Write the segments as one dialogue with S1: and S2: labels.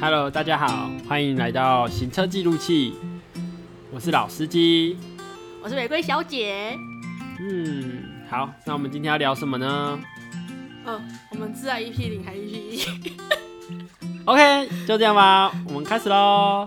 S1: Hello，大家好，欢迎来到行车记录器，我是老司机。
S2: 我是玫瑰小姐。
S1: 嗯，好，那我们今天要聊什么呢
S2: 嗯，我们自爱 EP 零还 EP 一，
S1: ？OK，就这样吧，我们开始喽。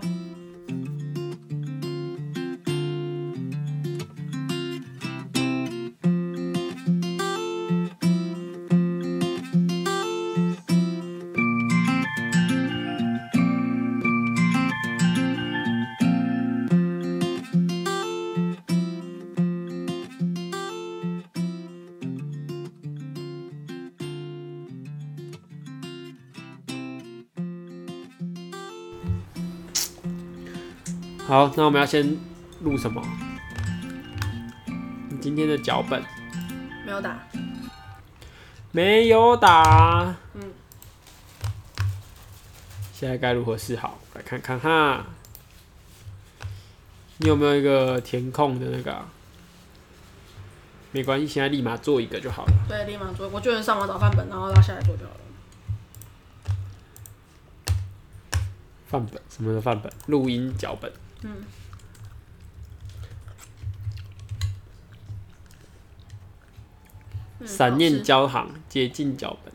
S1: 好，那我们要先录什么？你今天的脚本
S2: 没有打。
S1: 没有打。
S2: 嗯，
S1: 现在该如何是好？来看看哈。你有没有一个填空的那个、啊？没关系，现在立马做一个就好了。
S2: 对，立马做。我就是上网找范本，然后拉下来做就好了。
S1: 范本什么的范本，录音脚本。
S2: 嗯。嗯
S1: 闪
S2: 好
S1: 念
S2: 吃
S1: 交行，接近脚本。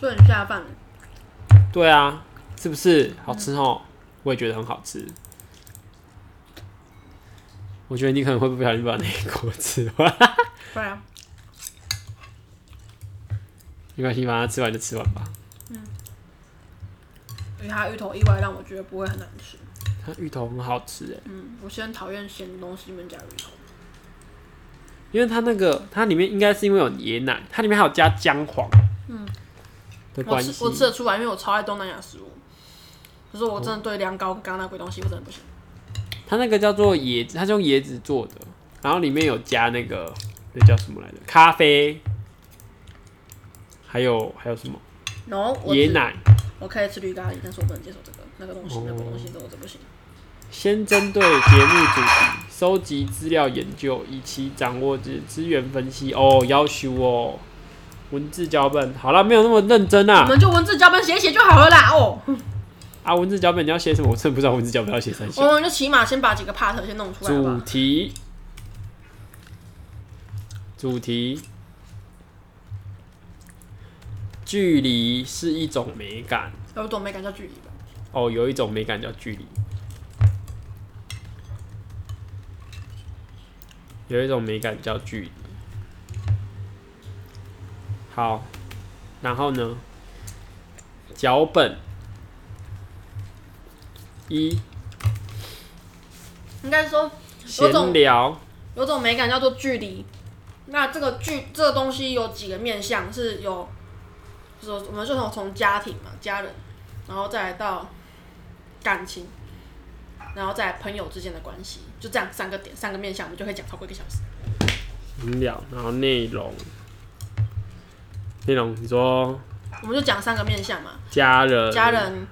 S2: 就很下饭了。
S1: 对啊，是不是
S2: 嗯
S1: 好吃哦？我也觉得很好吃。我觉得你可能会不小心把那一锅吃完，
S2: 不然
S1: 没关系，把它吃完就吃完吧。
S2: 因为它芋头意外让我觉得不会很难吃。
S1: 它芋头很好吃哎，
S2: 嗯，我现在讨厌咸的东西里面加芋头。
S1: 因为它那个它里面应该是因为有椰奶，它里面还有加姜黄，
S2: 嗯，
S1: 的
S2: 我
S1: 关系
S2: 吃我。吃得出来，因为我超爱东南亚食物。可是我
S1: 哦
S2: 真的对凉糕跟刚刚那鬼东西我真的不行。
S1: 它那个叫做椰子，它是用椰子做的，然后里面有加那个那叫什么来着？咖啡，还有还有什么
S2: 然后我
S1: 椰
S2: 只
S1: 奶。
S2: 我可以吃绿咖喱，但是我不能接受这个那个东西
S1: 哦，
S2: 那个东西，这我真不行。
S1: 先针对节目主题收集资料研究，以期掌握资资源分析。哦，要求哦，文字脚本好啦，没有那么认真
S2: 我
S1: 啊。
S2: 们就文字脚本写一写就好了啦。哦，
S1: 啊，文字脚本你要写什么？我真的不知道文字脚本要写三
S2: 我
S1: 项。
S2: 们就起码先把几个 part 先弄出来
S1: 主
S2: 吧。
S1: 题，主题，距离是一种美感。
S2: 有种没感叫距离吧？
S1: 哦，有一种美感叫距离，有一种美感叫距离。好，然后呢？脚本一
S2: 应该说有种
S1: 闲聊，
S2: 有种美感叫做距离。那这个距这个东西有几个面向是有，就是我们就从从家庭嘛，家人，然后再来到感情，然后再来朋友之间的关系，就这样三个点三个面向，我们就可以讲超过一个小时。
S1: 闲聊，然后内容，内容你说
S2: 我们就讲三个面向嘛，
S1: 家人，
S2: 家人，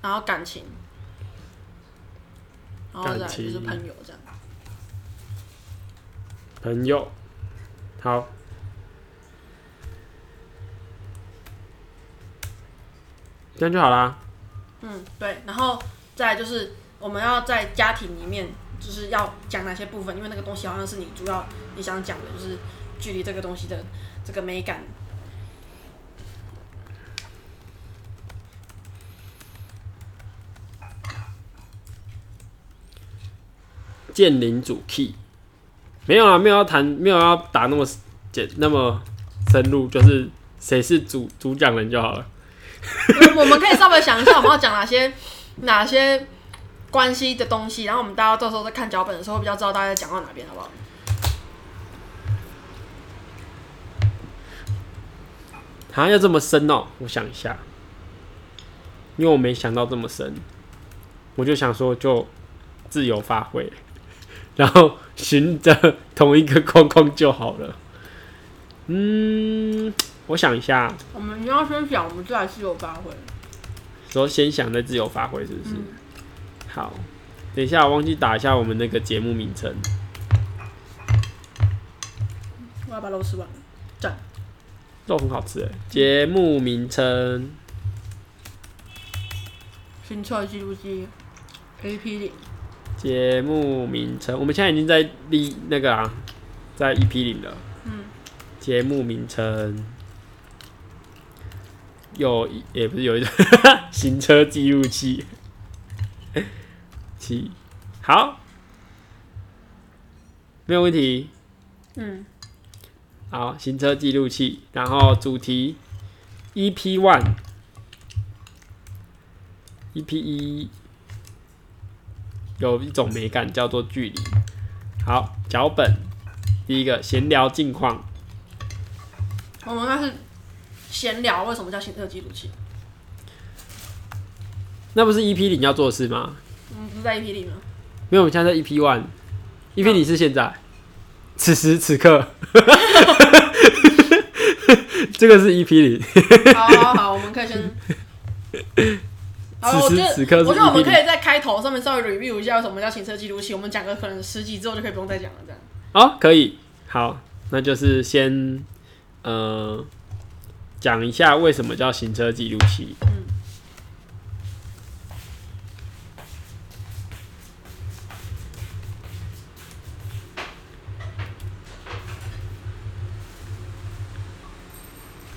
S2: 然后感情，然后再来
S1: 感情
S2: 就是朋友这样。
S1: 朋友，好。这样就好啦。
S2: 嗯，对，然后再来就是我们要在家庭里面就是要讲哪些部分，因为那个东西好像是你主要你想讲的，就是距离这个东西的这个美感。
S1: 剑灵主 key 没有啊，没有要谈，没有要打那么简那么深入，就是谁是主主讲人就好了。
S2: 我们可以稍微想一下我们要讲哪些哪些关系的东西，然后我们大家到时候在看脚本的时候会比较知道大家讲到哪边，好不好？
S1: 好、像要这么深哦、我想一下，因为我没想到这么深，我就想说就自由发挥， 然后循着同一个框框就好了。嗯，我想一下，
S2: 我们要先讲，我们再来自由发挥。
S1: 说先想再自由发挥，是不是？
S2: 嗯
S1: 好，等一下我忘记打一下我们那个节目名称。
S2: 我要把肉吃完了。
S1: 肉很好吃哎。节目名称
S2: 行车记录机 A P 零，
S1: 节目名称，我们现在已经在第那个啊，在 EP 零了。
S2: 嗯。
S1: 节目名称有一也不是有一种 行车记录器， 七好，没有问题。
S2: 嗯，
S1: 好，行车记录器，然后主题，E EP one。EP 一有一种美感叫做距离。好，脚本第一个闲聊近况，
S2: 我们那是闲聊，为什么叫行车记录器？
S1: 那不是 EP 零要做的事吗？
S2: 嗯，不是在 A P 零吗？
S1: 没有，我们现在在 E EP one，EP 零是现在，此时此刻， 这个是 EP 零，
S2: 好好好，我们可以先。好，我
S1: 此
S2: 觉
S1: 时
S2: 得
S1: 此刻是
S2: 我觉得我们
S1: EP
S2: 可以在开头上面稍微 review 一下什么叫行车记录器，我们讲个可能十集之后就可以不用再讲了，这样。
S1: 哦，可以，好，那就是先呃讲一下为什么叫行车记录器。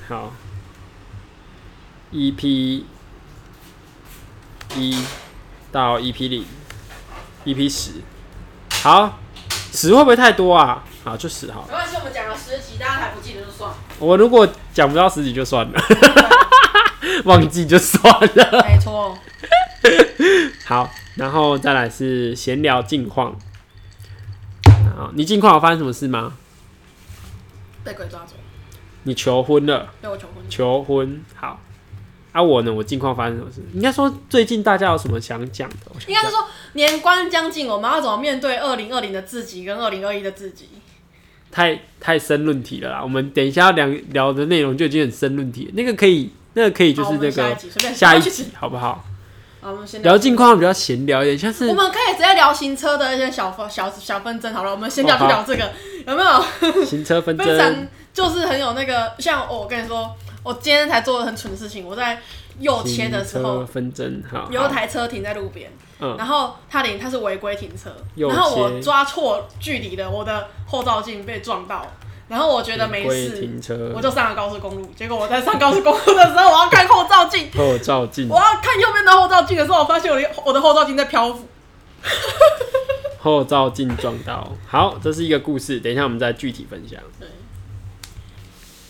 S1: 好，EP 一到 EP 零，EP 十，好，十会不会太多啊？好，就十好了。
S2: 没关系，我们讲了十集，大家还不记得就算了。
S1: 我如果讲不到十几就算了， 忘记就算了。
S2: 没错，
S1: 好，然后再来是闲聊近况。好，你近况有发生什么事吗？
S2: 被鬼抓走，
S1: 你求婚了，
S2: 被我 求婚。
S1: 求婚好。啊，我呢？我近况发生什么事？应该说最近大家有什么想讲的？我想
S2: 应该
S1: 一
S2: 是
S1: 下
S2: 说年关将近，我们要怎么面对二零二零的自己跟二零二一的自己？
S1: 太太深论题了啦。我们等一下要聊聊的内容就已经很深论题了，那个可以，那个可以就
S2: 好，
S1: 是
S2: 我
S1: 那
S2: 们下一
S1: 个
S2: 集随便
S1: 下一
S2: 集
S1: 集好不 好？
S2: 好，我们先
S1: 聊近，况比较闲聊一点，像是
S2: 我们可以直接聊行车的一些小分小小纷争好了。我们先聊
S1: 哦
S2: 就
S1: 好
S2: 聊这个，有没有？
S1: 行车 纷
S2: 非
S1: 争
S2: 常、就是很有那个，像我跟你说，我今天才做了很蠢的事情，我在右哦切的时
S1: 行车
S2: 候。
S1: 纷争好，
S2: 有一
S1: 好
S2: 台车停在路边，
S1: 嗯
S2: 然后他停，他是违规停车，
S1: 右
S2: 然后我
S1: 切
S2: 抓错距离了，我的后照镜被撞到，然后我觉得没
S1: 违规
S2: 事，
S1: 停车
S2: 我，就上了高速公路。结果我在上高速公路的时候，我要看后照镜，
S1: 后照镜
S2: 我，要看右边的后照镜的时候，我发现我的我的后照镜在漂浮。
S1: 后照镜撞到。好，这是一个故事，等一下我们再具体分享。
S2: 对，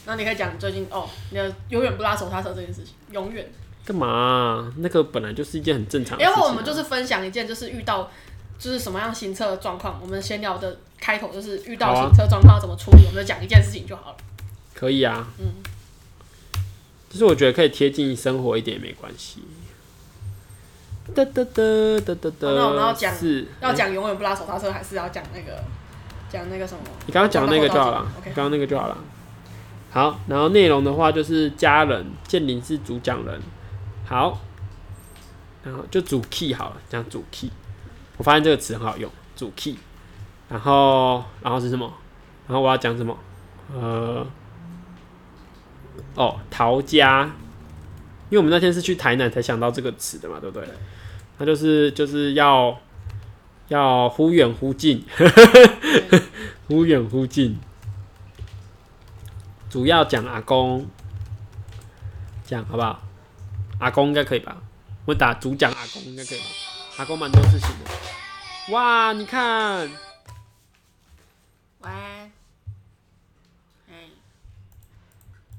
S2: 那你可以讲最近哦，你的永远不拉手刹车这件事情，永远。
S1: 干嘛啊、那个本来就是一件很正常的
S2: 因
S1: 事
S2: 为
S1: 情啊、
S2: 我们就是分享一件，就是遇到就是什么样行车的状况，我们闲聊的开头就是遇到
S1: 好啊
S2: 行车状况要怎么处理，我们就讲一件事情就好了。
S1: 可以啊，
S2: 嗯
S1: 就是我觉得可以贴近生活一点也没关系。哒哒哒哒哒哒，
S2: 好那我们要讲
S1: 是
S2: 要讲永远不拉手刹车，还是要讲那个讲那个什么？
S1: 你刚刚讲那个就好
S2: 我
S1: 了
S2: 到，
S1: 刚
S2: OK，
S1: 刚那个就好了。好，然后内容的话就是家人，建林是主讲人，好，然后就主 key 好了，讲主 key。我发现这个词很好用，主 key。然后，然后是什么？然后我要讲什么？呃，哦，陶家，因为我们那天是去台南才想到这个词的嘛，对不对
S2: 对？
S1: 那就是就是要要忽远忽近，忽远忽近，主要讲阿公，讲好不好？阿公应该可以吧？我打主讲阿公应该可以吧？阿公蛮多事情的。哇，你看，
S2: 晚安。哎，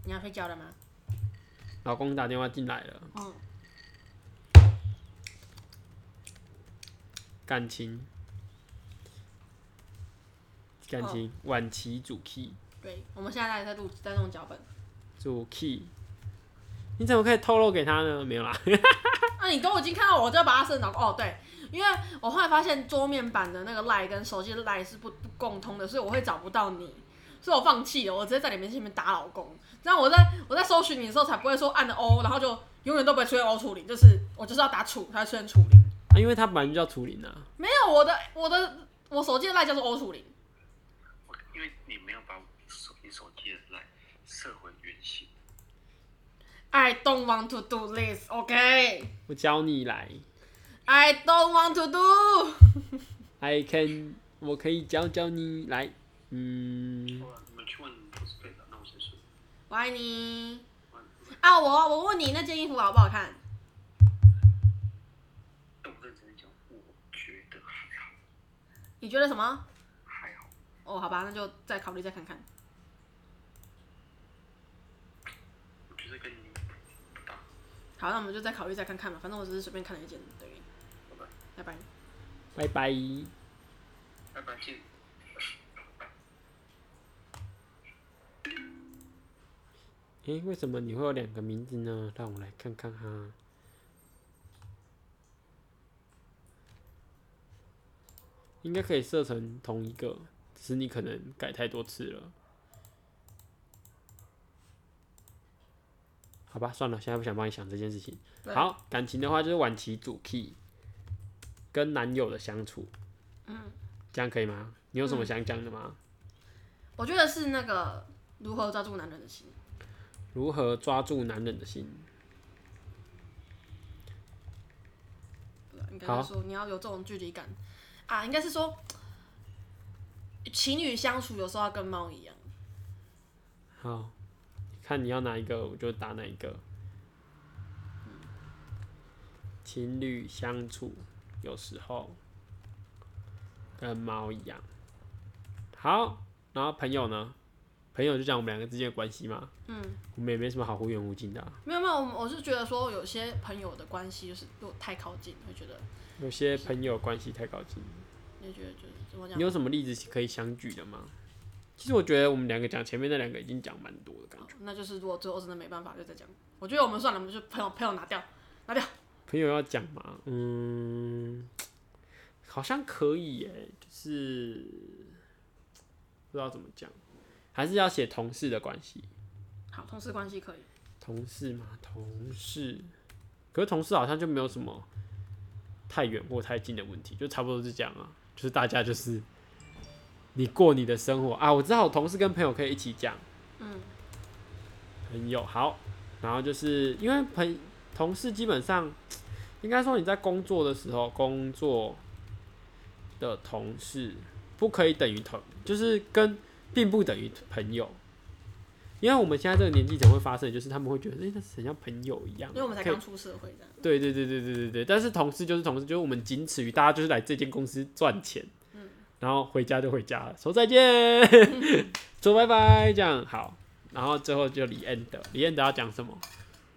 S2: 你要睡觉了吗？
S1: 老公打电话进来了，
S2: 嗯，
S1: 感情，感情，晚期主 key
S2: 对，我们现在在录在弄脚本。
S1: 主 key，你怎么可以透露给他呢？没有啦，
S2: 那、你都已经看到我，我就要把它设脑哦，对，因为我后来发现桌面版的那个赖跟手机的赖是不不共通的，所以我会找不到你，所以我放弃了，我直接在里面前面打老公，这样我在我在搜寻你的时候才不会说啊按了 O，然后就永远都不会出啊现 O 处理，就是我就是要打楚，才会出现楚零。
S1: 啊因为他本来就叫楚林啊，
S2: 没有我的我的我手机的赖叫做 O 楚零，
S3: 我因为你没有把我手你手机的 line 设回原形。
S2: I don't want to do this, OK?
S1: 我教你来
S2: I don't want to do.
S1: ，I can，我可以教教你来，嗯，
S3: 哇，你们去问我是对的，那我先说。
S2: 我爱你
S3: 我我
S2: 啊！我我问你，那件衣服好不好看？
S3: 我认真地讲，我觉得还好，
S2: 你觉得什么？
S3: 还好。
S2: 哦，好吧，那就再考虑再看看。
S3: 我觉得跟你不搭。
S2: 好，那我们就再考虑再看看吧。反正我只是随便看了一件，对，
S3: 拜拜，
S2: 拜拜。
S1: 拜拜。
S3: 拜拜见。
S1: 诶、为什么你会有两个名字呢？让我来看看哈。应该可以设成同一个，只是你可能改太多次了。好吧，算了，现在不想帮你想这件事情。
S2: 对
S1: 好，感情的话就是晚期主 key，跟男友的相处，嗯，这样可以吗？你有什么想讲的吗？
S2: 我觉得是那个如何抓住男人的心。
S1: 如何抓住男人的心？
S2: 对啊应该
S1: 好
S2: 是说你要有这种距离感啊，应该是说情侣相处有时候要跟猫一样，啊
S1: 好，看你要哪一个，我就打哪一个。情侣相处有时候跟猫一样。好，然后朋友呢？朋友就讲我们两个之间的关系嘛。嗯。我们也没什么好忽远忽近的啊、
S2: 没有没有，我我是觉得说有些朋友的关系就是如果太靠近，会觉得
S1: 有些朋友关系太靠近。
S2: 你会觉得就是怎么讲
S1: 你？有什么例子可以相举的吗？其实我觉得我们两个讲前面那两个已经讲蛮多的感觉。
S2: 好哦那就是如果最后真的没办法，就再讲。我觉得我们算了，我们就朋友朋友拿掉，拿掉。
S1: 朋友要讲嘛，嗯，好像可以耶，就是不知道怎么讲，还是要写同事的关系，
S2: 好，同事关系可以。
S1: 同事嘛，同事，可是同事好像就没有什么太远或太近的问题，就差不多是这样啊，就是大家就是你过你的生活啊，我知道我同事跟朋友可以一起讲，
S2: 嗯，
S1: 朋友好，然后就是因为朋同事基本上，应该说你在工作的时候，工作的同事不可以等于同，就是跟并不等于朋友，因为我们现在这个年纪才会发生，就是他们会觉得，哎、那很像朋友一样，
S2: 因为我们才
S1: 可以
S2: 刚出社会这样。
S1: 对对对对对对对，但是同事就是同事，就是我们仅此于大家就是来这间公司赚钱，然后回家就回家了，说再见，说拜拜，这样好，然后最后就李 end，李 end 要讲什么？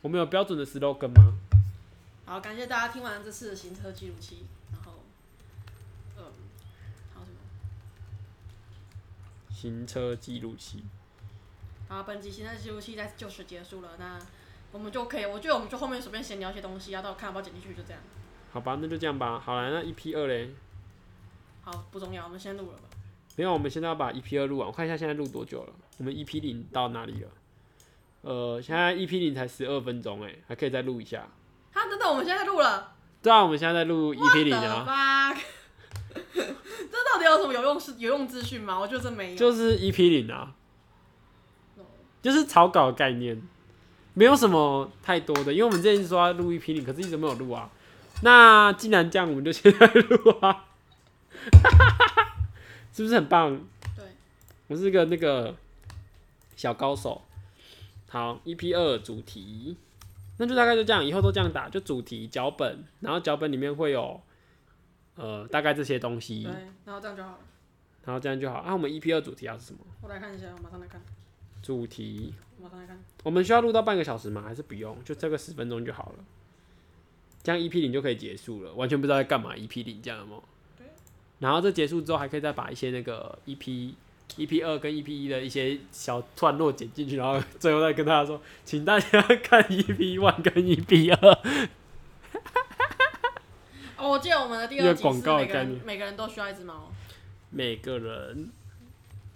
S1: 我们有标准的 slogan 吗？
S2: 好，感谢大家听完这次的行车记录器，然后，嗯，还有什么？
S1: 行车记录器，
S2: 好，本集行车记录器在就此结束了，那我们就可以，我觉得我们就后面随便闲聊一些东西，要到看要不要剪进去，就这样。
S1: 好吧，那就这样吧。好了，那 EP 二嘞，
S2: 好，不重要，我们先录了吧。
S1: 没有，我们现在要把 EP 二录完，我看一下现在录多久了，我们 EP 零到哪里了？呃，现在 EP 零才十二分钟，哎，还可以再录一下。
S2: 哈，等等，我们现在录了。
S1: 对啊，我们现在在录 EP 零啊。
S2: 吧？ 这到底有什么有用是有用资讯吗？我觉得这没有。哦
S1: 就是 EP 零啊，就是草稿的概念，没有什么太多的，因为我们之前一直说要录 EP 零，可是一直没有录啊。那既然这样，我们就现在录啊， 是不是很棒？
S2: 对，
S1: 我是个那个小高手。好，EP 二主题，那就大概就这样，以后都这样打，就主题脚本，然后脚本里面会有呃大概这些东西
S2: 对，，然后这样就好了。
S1: 然后这样就好。啊，我们 EP 二主题要是什么？
S2: 我来看一下，我马上来看，
S1: 主题
S2: 我马上来看。
S1: 我们需要录到半个小时吗？还是不用？就这个十分钟就好了，这样 EP 零就可以结束了，完全不知道在干嘛 EP 零这样吗？
S2: 对。
S1: 然后这结束之后，还可以再把一些那个 E EP EP 二跟 EP 一的一些小段落剪进去，然后最后再跟大家说，请大家 看 EP one 跟 EP 二。
S2: 哦，我记得我们的第
S1: 一个
S2: 二集
S1: 广
S2: 是
S1: 告的
S2: 每个人
S1: 概念
S2: 每个人都需要一只猫。
S1: 每个人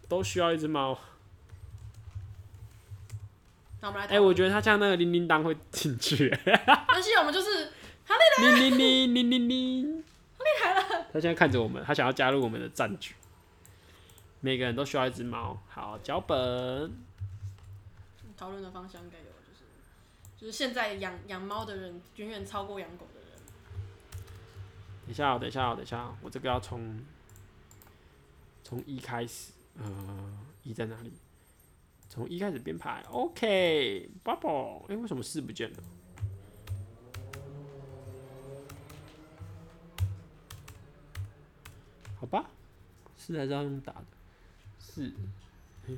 S1: 都需要一只猫。
S2: 那我们来
S1: 哎、
S2: 讨论，
S1: 我觉得它像那个铃铃铛会进去、
S2: 但是我们就是
S1: 铃铃铃铃铃铃，厉害了！他现在看着我们，他想要加入我们的战局。每个人都需要一只猫。好，脚本，
S2: 讨论的方向应该有，就是就是现在养养猫的人远远超过养狗的人。
S1: 等一下、哦，等一下、哦，等一下、哦，我这个要从从一开始，呃，一在哪里？从一开始编排，OK，bubble，、哎，为什么四不见了？好吧，四还是要用打的，四、哎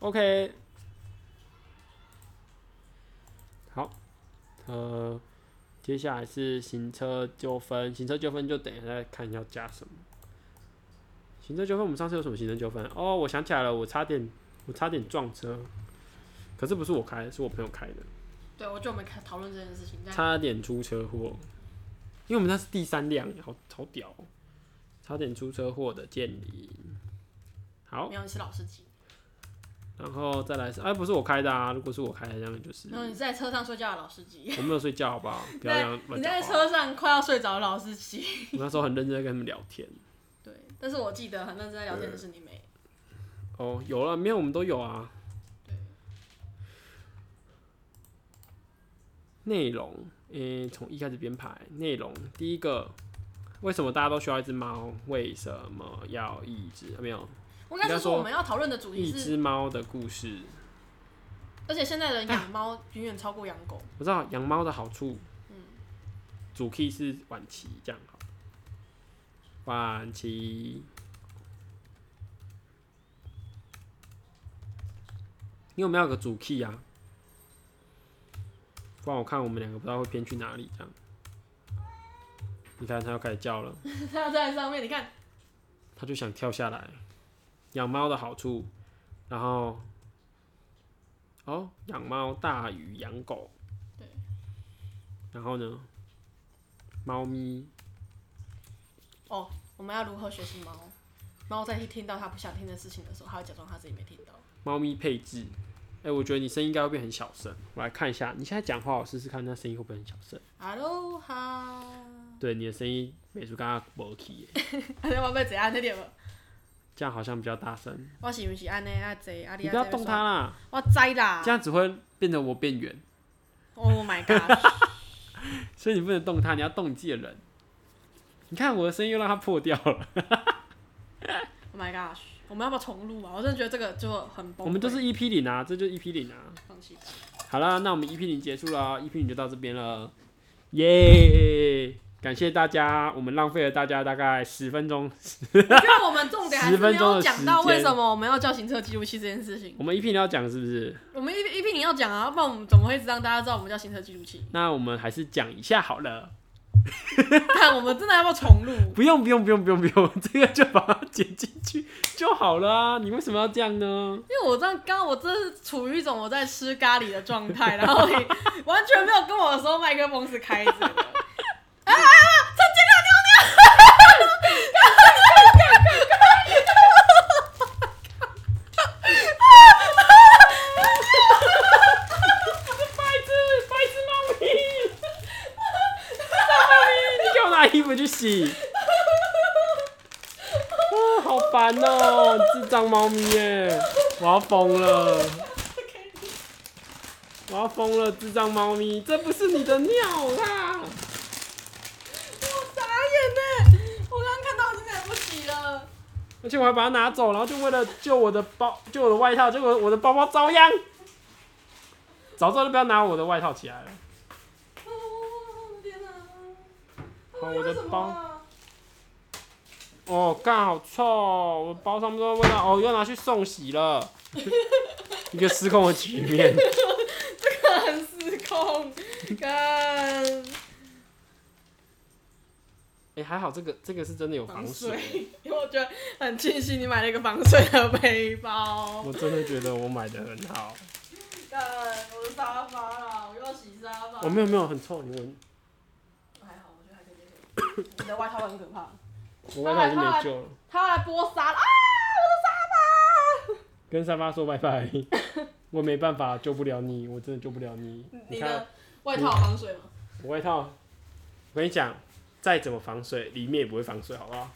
S1: OK，好，呃。接下来是行车纠纷，行车纠纷就等一下再看要加什么。行车纠纷，我们上次有什么行车纠纷？哦，我想起来了，我差点，我差点撞车，可是不是我开的，是我朋友开的，
S2: 对，我就没开讨论这件事情，但
S1: 差点出车祸。因为我们那是第三辆，好好屌、哦，差点出车祸的建议。好
S2: 没，有你是老司机。
S1: 然后再来是，哎，不是我开的啊，如果是我开的，这样就是
S2: 然后你在车上睡觉的老司机，
S1: 我没有睡觉，好不 好？不要这样
S2: 在
S1: 乱
S2: 你
S1: 讲
S2: 在
S1: 话
S2: 车上快要睡着的老司机。
S1: 我那时候很认真在跟他们聊天。
S2: 对，但是我记得很认真在聊天的是你妹。
S1: 哦，有了，没有我们都有啊。
S2: 对，
S1: 内容，诶、从一开始编排内容，第一个，为什么大家都需要一只猫？为什么要一只？啊没有，
S2: 我应该
S1: 应
S2: 是
S1: 该说
S2: 说我们要讨论的主
S1: 一
S2: 题是，
S1: 只猫的故事。
S2: 而且现在的人养猫远远超过养狗。
S1: 我知道养猫的好处，主 key 是晚期，这样好。晚期，因为我们要有个主 key 啊，不然我看我们两个不知道会偏去哪里这样。你看，它要开始叫了。
S2: 他要在上面，你看，
S1: 他就想跳下来。养猫的好处，然后哦，养猫大于养狗。
S2: 对。
S1: 然后呢，猫咪
S2: 我们要如何学习猫？猫在一听到它不想听的事情的时候，它会假装它自己没听到。
S1: 猫咪配置，哎、我觉得你声音应该会变很小声。我来看一下，你现在讲话，我试试看，那声音会不会很小声？
S2: Hello 哈，
S1: 对，你的声音美术刚刚无起耶，
S2: 我被怎样？那点无？
S1: 这样好像比较大声。
S2: 我是不是安尼啊？这啊
S1: 你不要动它，啦，
S2: 我知啦
S1: 这。样只会变得我变远，
S2: Oh my god！
S1: 所以你不能动它，你要动你自己的人。你看我的声音又让它破掉了。
S2: Oh my gosh！我们要不要重录啊？我真的觉得这个就很崩溃。
S1: 我们就是 EP 零啊，这就是 EP 零啊。
S2: 放弃吧。
S1: 好啦，那我们 EP 零结束了，EP 零就到这边了，耶、感谢大家，我们浪费了大家大概十分钟。
S2: 因为我们重点还是没
S1: 10分钟
S2: 有
S1: 的
S2: 讲到
S1: 时间
S2: 为什么我们要叫行车记录器这件事情。
S1: 我们 EP 零要讲是不是？
S2: 我们一一批你要讲啊，要不然我们怎么会一直让大家知道我们叫行车记录器？
S1: 那我们还是讲一下好了。
S2: 看，我们真的要不要重录？
S1: 不用不用不用不用不 用，这个就把它剪进去就好了啊！你为什么要这样呢？
S2: 因为我这样，刚刚我真是处于一种我在吃咖喱的状态，然后你完全没有跟我说麦克风是开着的。 啊！
S1: 白痴白痴猫咪，猫咪， 你给我拿衣服去洗。啊，好烦哦、智障猫咪耶！我要疯了，我要疯了，智障猫咪，这不是你的尿啦！
S2: 我傻眼呢，我刚刚看到我真的来不及了。
S1: 而且我还把它拿走，然后就为了救我的包，救我的外套，结果我的包包遭殃。早知道就不要拿我的外套起来了。
S2: 哦天哪！
S1: 好
S2: 为
S1: 我的
S2: 什么
S1: 包
S2: 啊
S1: 哦，干好臭哦！我包上面都是味道，哦，又拿去送洗了， 一个失控的局面。
S2: 很失控，跟
S1: 哎、还好这个这个是真的有防水，，
S2: 因为我觉得很庆幸你买了一个防水的背包。
S1: 我真的觉得我买的很好。
S2: 干，我的沙发啦，我要洗沙发。
S1: 我、哦没有没有很臭，你闻，
S2: 还好，我觉得还可以接受。你的外套很可怕，
S1: 我外套已经没救了，
S2: 它来剥沙了啊！我的沙
S1: 跟沙发说拜拜。 我没办法，救不了你，我真的救不了 你。
S2: 发。嗯你
S1: 看
S2: 的外套有防水吗？
S1: 我外套，我跟你讲，再怎么防水，里面也不会防水，好不好？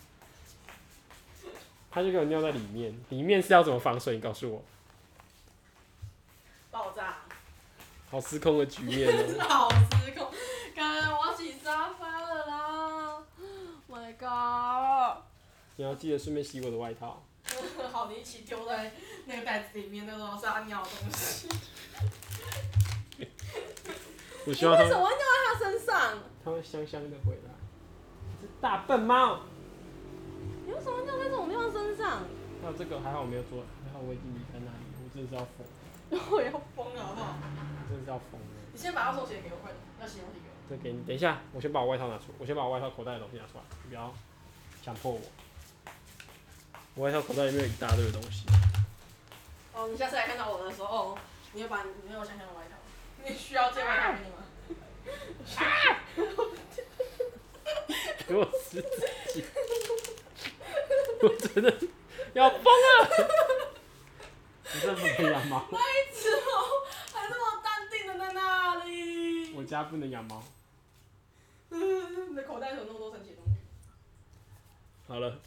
S1: 他就给我尿在里面，里面是要怎么防水？你告诉我。好失控的局面
S2: 真
S1: 哦、
S2: 的 好失控，刚刚我要洗沙发了啦！My Oh God，
S1: 你要记得顺便洗我的外套。
S2: 好，你一起丢在那个袋子里面，那都是阿尿的东西。
S1: 我希
S2: 你
S1: 望
S2: 为什
S1: 它
S2: 么会尿在他身上？
S1: 它会香香的回来。这大笨猫，
S2: 你为什么会尿在这种地方身上？
S1: 还有这个还好我没有做，还好我已经离开那里，我真的是要疯，
S2: 我要疯了，好不好？
S1: 我真的是要疯了。
S2: 你先把他手写给我，快点，要写东西给我。
S1: 这给你，等一下，我先把我外套拿出，我先把我外套口袋的东西拿出来，你不要强迫我。我外套口袋里面有一大堆的东西，
S2: 哦，你下次来看到我的时候，你要把你没有想象的外套，你需要借外套给你 吗？
S1: 给我吃自己，我真的要疯了。你这不能养猫，
S2: 那一只哦，还那么淡定的在那里。
S1: 我家不能养猫。
S2: 嗯，你的口袋 有那么多神奇的东西，
S1: 好了，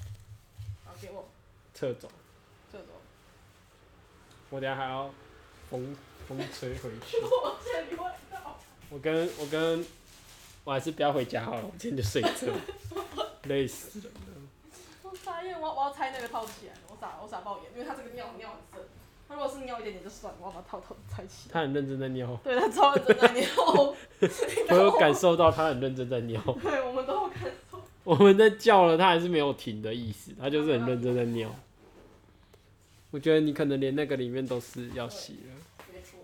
S2: 好，给我
S1: 撤走，
S2: 这种。
S1: 我等一下还要风风吹回去。
S2: 我借你外套，
S1: 我跟我跟我还是不要回家好了，我今天就睡这，累死了。
S2: 我傻眼，啊我我要拆那个套起来，我傻我傻爆眼，因为它这个尿尿很深，它如果是尿一点点就算了，我要把套套拆起来。
S1: 他很认真在尿，
S2: 对，它超认真的尿，
S1: 我有感受到他很认真在尿。
S2: 对，我们都有感受。
S1: 我们在叫了，他还是没有停的意思，他就是很认真在尿。我觉得你可能连那个里面都是要洗了。
S2: 没错，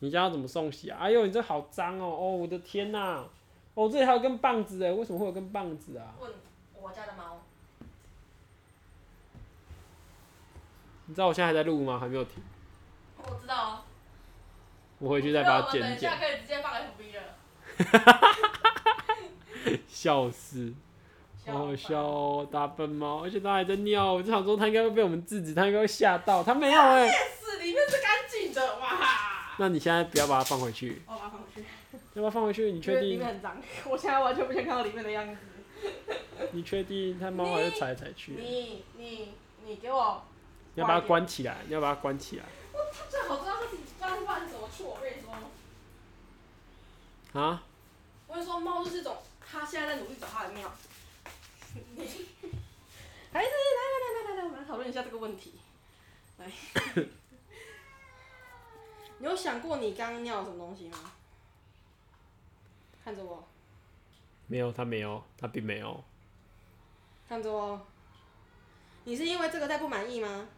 S1: 你家要怎么送洗啊？哎呦，你这好脏哦！哦，我的天呐、哦，这里还有根棒子哎，为什么会有根棒子啊？
S2: 问我家的猫，
S1: 你知道我现在还在录吗？还没有停，
S2: 我知道啊，
S1: 我回去再把它
S2: 我们等
S1: 剪
S2: 一
S1: 剪
S2: 下。可以直接放 FB 了，
S1: 笑死，好好笑哦，大笨猫，而且它还在尿，我就想说它应该会被我们制止，它应该会吓到，它没有哎、
S2: 是里面是干净的哇。
S1: 那你现在不要把它放回去，
S2: 我把它放回去，
S1: 要不要放回去？你
S2: 因
S1: 确
S2: 为里
S1: 定
S2: 面？很脏，我现在完全不想看到里面的样子。
S1: 你确定？它猫还是踩来踩去。
S2: 你你你给我，
S1: 你要把它关起来，你要把它关起来
S2: 我最好知道他自己刚刚犯什么错。我跟你说，
S1: 啊！
S2: 我跟你说，猫就是一种，它现在在努力找它的尿。你还是来来来来来来，我们来讨论一下这个问题。来，你有想过你刚尿什么东西吗？看着我，
S1: 没有，它没有，它并没有。
S2: 看着我。你是因为这个太不满意吗？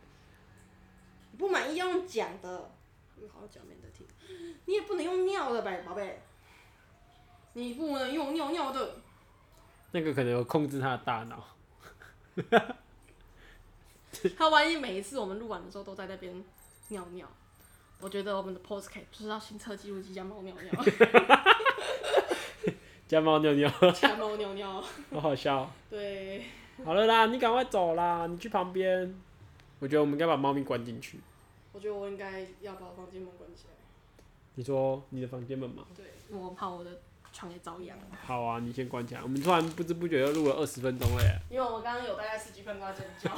S2: 你不满意要用讲的，你好好讲，免得听。你也不能用尿的呗，宝贝。你不能用尿尿的。
S1: 那个可能有控制它的大脑，
S2: 他万一每一次我们录完的时候都在那边尿尿，我觉得我们的 p o s t c a t 就是要新车记录机加猫尿尿，
S1: 家猫尿尿，
S2: 加猫尿尿。
S1: 好好笑。
S2: 对，
S1: 好了啦，你赶快走啦，你去旁边。我觉得我们应该把猫咪关进去。
S2: 我觉得我应该要把我房间门关起来，
S1: 你说你的房间门吗？
S2: 对我怕我的床也遭殃。
S1: 好啊，你先关起来。我们突然不知不觉又录了二十分钟了耶！
S2: 因为我刚刚有大概十几分钟在尖叫，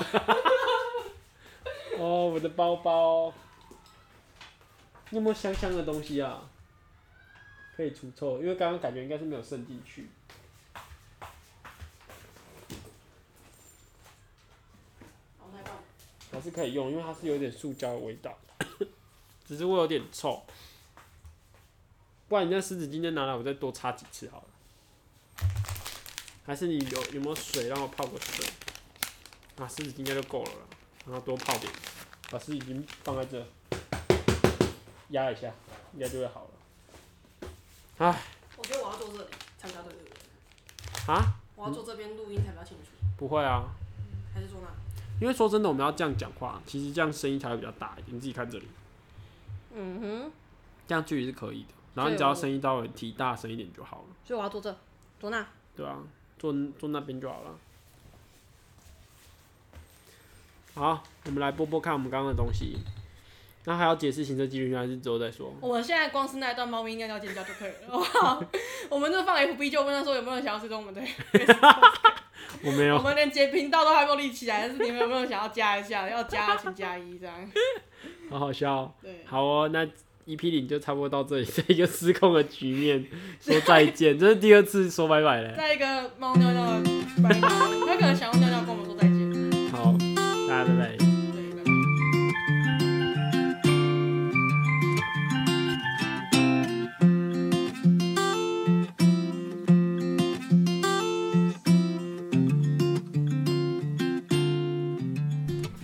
S1: 哦，我的包包，你有没有香香的东西啊？可以除臭，因为刚刚感觉应该是没有渗进去。
S2: 好，太棒了。
S1: 还是可以用，因为它是有点塑胶的味道， 只是会有点臭。不然你那湿纸巾再拿来，我再多擦几次好了。还是你有有没有水让我泡个水？啊，湿纸巾应该就够了啦，然后多泡点，把湿纸巾放在这，压一下，应该就会好了。唉，
S2: 我觉得我要坐这里才比较对，对不对？
S1: 啊，
S2: 我要坐这边录音才比较清楚，
S1: 不会啊，
S2: 还是坐那？
S1: 因为说真的，我们要这样讲话，其实这样声音才会比较大一点。你自己看这里。
S2: 嗯哼，
S1: 这样距离是可以的。然后你只要声音稍微提大声一点就好了，
S2: 所以我要坐这，坐那。
S1: 对啊，坐坐那边就好了。好，我们来播播看我们刚刚的东西。那还要解释行车记录器还是之后再说？
S2: 我们现在光是那一段猫咪尿尿尖叫就可以 了，好不好？我们就放 FB 就问他说有没有人想要追踪我们的，
S1: 我没
S2: 我
S1: 有，
S2: 们连截频道都还没有立起来，但是你们有没有想要加一下？要加请加一这样。
S1: 好好笑、哦。
S2: 对，
S1: 好哦，那 EP 零就差不多到这里， 这一个失控的局面，说再见，这是第二次说拜拜了。
S2: 在一个猫尿尿的白猫，它可能想要尿尿跟我们